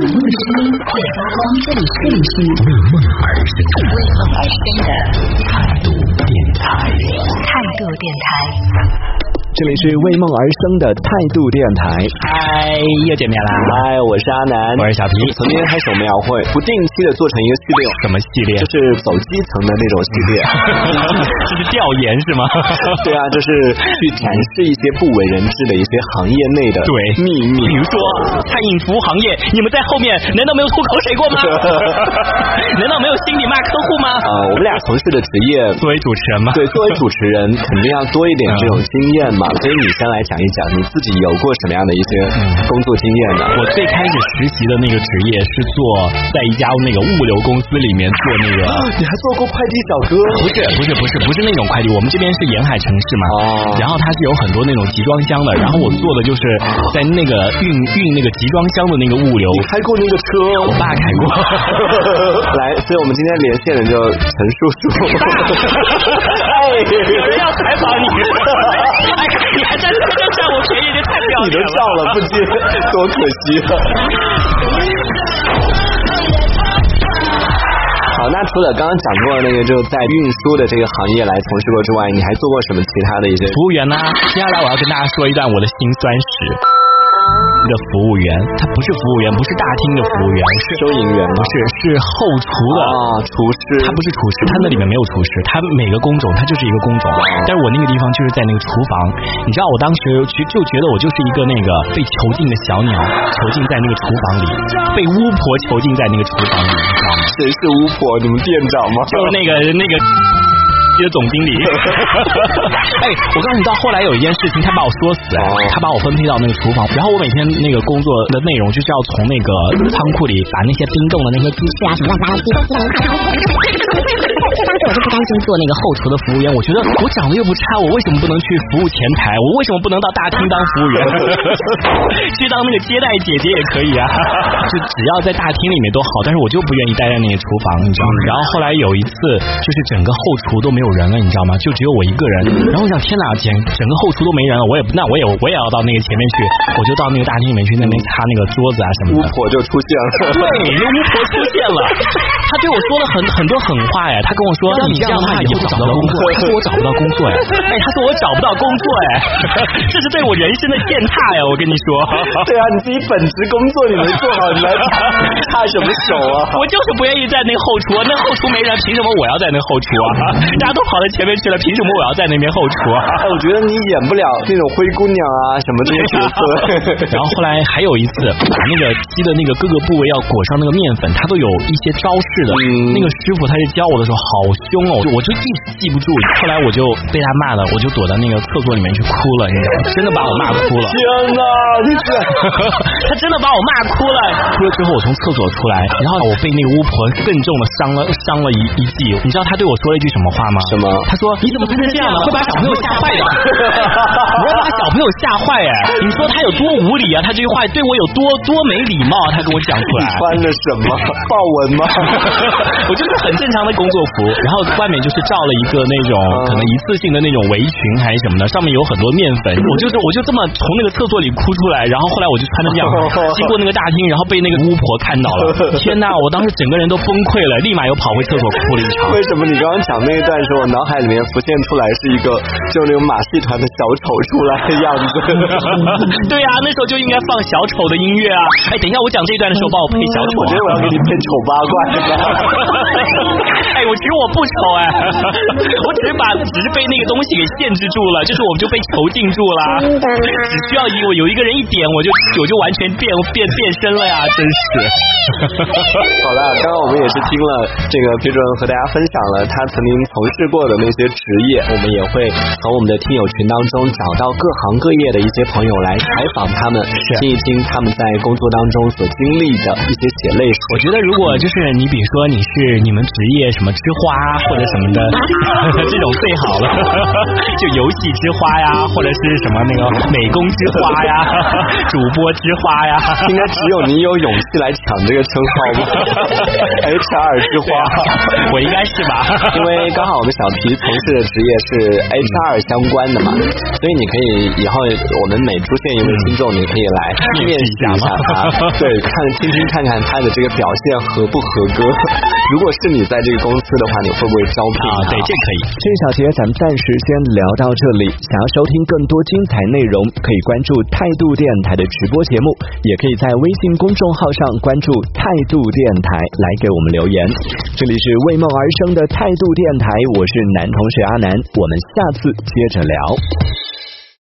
有梦之音会发光，这里这里是为梦而生，为梦而生的态度电台。态度电台。这里是为梦而生的态度电台。嗨，又见面啦！嗨，我是阿南，我是小皮。从今天开始，我们要会不定期的做成一个系列，什么系 列就？是走基层的那种系 列。这是调研是吗？对啊，就是去展示一些不为人知的一些行业内的对秘密。比如说餐饮服务行业，你们在后面难道没有吐口水过 吗？难道没有心里骂客户吗？啊，我们俩从事的职 业。作为主持人嘛，对，作为主持人，肯定要多一点这种经验嘛。所以你先来讲一讲，你自己有过什么样的一些工作经验呢？我最开始实习的那个职业是做在一家那个物流公司里面做那个。啊你还做过快递小哥？不是不是不是不是那种快递，我们这边是沿海城市嘛，哦然后它是有很多那种集装箱的，然后我做的就是在那个运运那个集装箱的那个物流，开过那个 车？我爸开过，来，所以我们今天连线的就陈叔叔。哎，有人要采访你， 哎，你还占占占我便宜，这太不要你脸都笑了不接，多可惜啊！好，那除了刚刚讲过的那个，就在运输的这个行业来从事过之外，你还做过什么其他的一些？服务员呢、接下来我要跟大家说一段我的辛酸史。的服务员，他不是服务员，不是大厅的服务员，是收银员吗不是是后厨的啊，厨师他不是厨师，他那里面没有厨师，他每个工种他就是一个工种。但是我那个地方就是在那个厨房，你知道我当时就就觉得我就是一个那个被囚禁的小鸟，囚禁在那个厨房里，被巫婆囚禁在那个厨房里，你知道吗？谁是巫婆？你们店长吗？就是那个那个。的总经理，哎，我告诉你，到后来有一件事情，他把我说死，哎哦他把我分配到那个厨房，然后我每天那个工作的内容就是要从那个仓库里把那些冰冻的那些鸡翅啊什么乱七八糟的鸡。当时我就不甘心做那个后厨的服务员，我觉得我长得又不差，我为什么不能去服务前台？我为什么不能到大厅当服务员？去当那个接待姐姐也可以啊，就只要在大厅里面都好。但是我就不愿意待在那个厨房，你知道吗？然后后来有一次，就是整个后厨都没有人了，你知道吗？就只有我一个人。然后我想，天哪，简整个后厨都没人了，我也不那我也我也要到那个前面去，我就到那个大厅里面去那边擦那个桌子啊什么巫的。婆就出现了。对，那巫婆出现 了，她对我说了很很多狠话哎，她跟我说，要你这样的话以后找不到工作，她说我找不到工作哎，哎，她说我找不到工作 哎，这是对我人生的践踏哎，我跟你 说， 对啊，你自己本职工作你没做好，你来插什么手啊？我就是不愿意在那后厨，那后厨没人，凭什么我要在那后厨啊？ 大家都跑到前面去了，凭什么我要在那边后厨啊？哎，我觉得你演不了那种灰姑娘啊什么这些角 色。 然后后来还有一次，把那个鸡的那个各个部位要裹上那个面粉，它都有一些招式的。嗯那个师傅他就教我的时候好凶哦，我就我就一直记不住。后来我就被他骂了，我就躲到那个厕所里面去哭了，你知道吗？真的把我骂哭了。天哪，你这 他真的把我骂哭了。哭了之后，我从厕所出来，然后我被那个巫婆更重的伤了伤了一一记。你知道他对我说了一句什么话吗？什么他说：“你怎么变成这 样了？会把小朋友吓坏 的。”我要把小朋友吓坏哎！你说他有多无理啊？他这句话对我有多多没礼貌啊、他跟我讲出你来。穿的什么豹纹吗？ 我就是很正常的工作服，然后外面就是罩了一个那种嗯可能一次性的那种围裙还是什么的，上面有很多面 粉。我就是我就这么从那个厕所里哭出来，然后后来我就穿着这样 经过那个大厅，然后被那个巫婆看到了。天呐，我当时整个人都崩溃了，立马又跑回厕所哭 了一场。为什么你刚刚讲那一段时候，我脑海里面浮现出来是一个就那种马戏团的小丑出来的样子？对啊，那时候就应该放小丑的音乐啊！哎，等一下，我讲这一段的时候帮我配小丑、我啊。觉得我要给你变丑八怪了。 哎，我其实我不丑哎，我只是把只是被那个东西给限制住了，就是我们就被囚禁住了。只需要一我有一个人一点，我就我就完全变变变身了呀！真是。好了，刚刚我们也是听了这个皮主任和大家分享了他曾经从事过的那些职业，我们也会从我们的听友群当中找到各行各业的一些朋友来采访他们，听一听他们在工作当中所经历的一些血泪史。我觉得如果就是你，比如说你是你们职业什什么之花啊或者什么的， 这种最好了，就游戏之花呀，或者是什么那个美工之花呀， 主播之花呀， 应该只有你有勇气来抢这个称号吧 ？HR 之花，我应该是吧？ 因为刚好我们小皮从事的职业是 HR 相关的嘛，所以你可以以后我们每出现一位听众，你可以来面面试一试一下下他吗， 对，看听听看看他的这个表现合不合格。如果是你在这个公司的话，你会不会招聘啊，对，他这可以。这一小节咱们暂时先聊到这里。想要收听更多精彩内容，可以关注态度电台的直播节目，也可以在微信公众号上关注态度电台来给我们留言。这里是为梦而生的态度电台，我是男同学阿南，我们下次接着聊。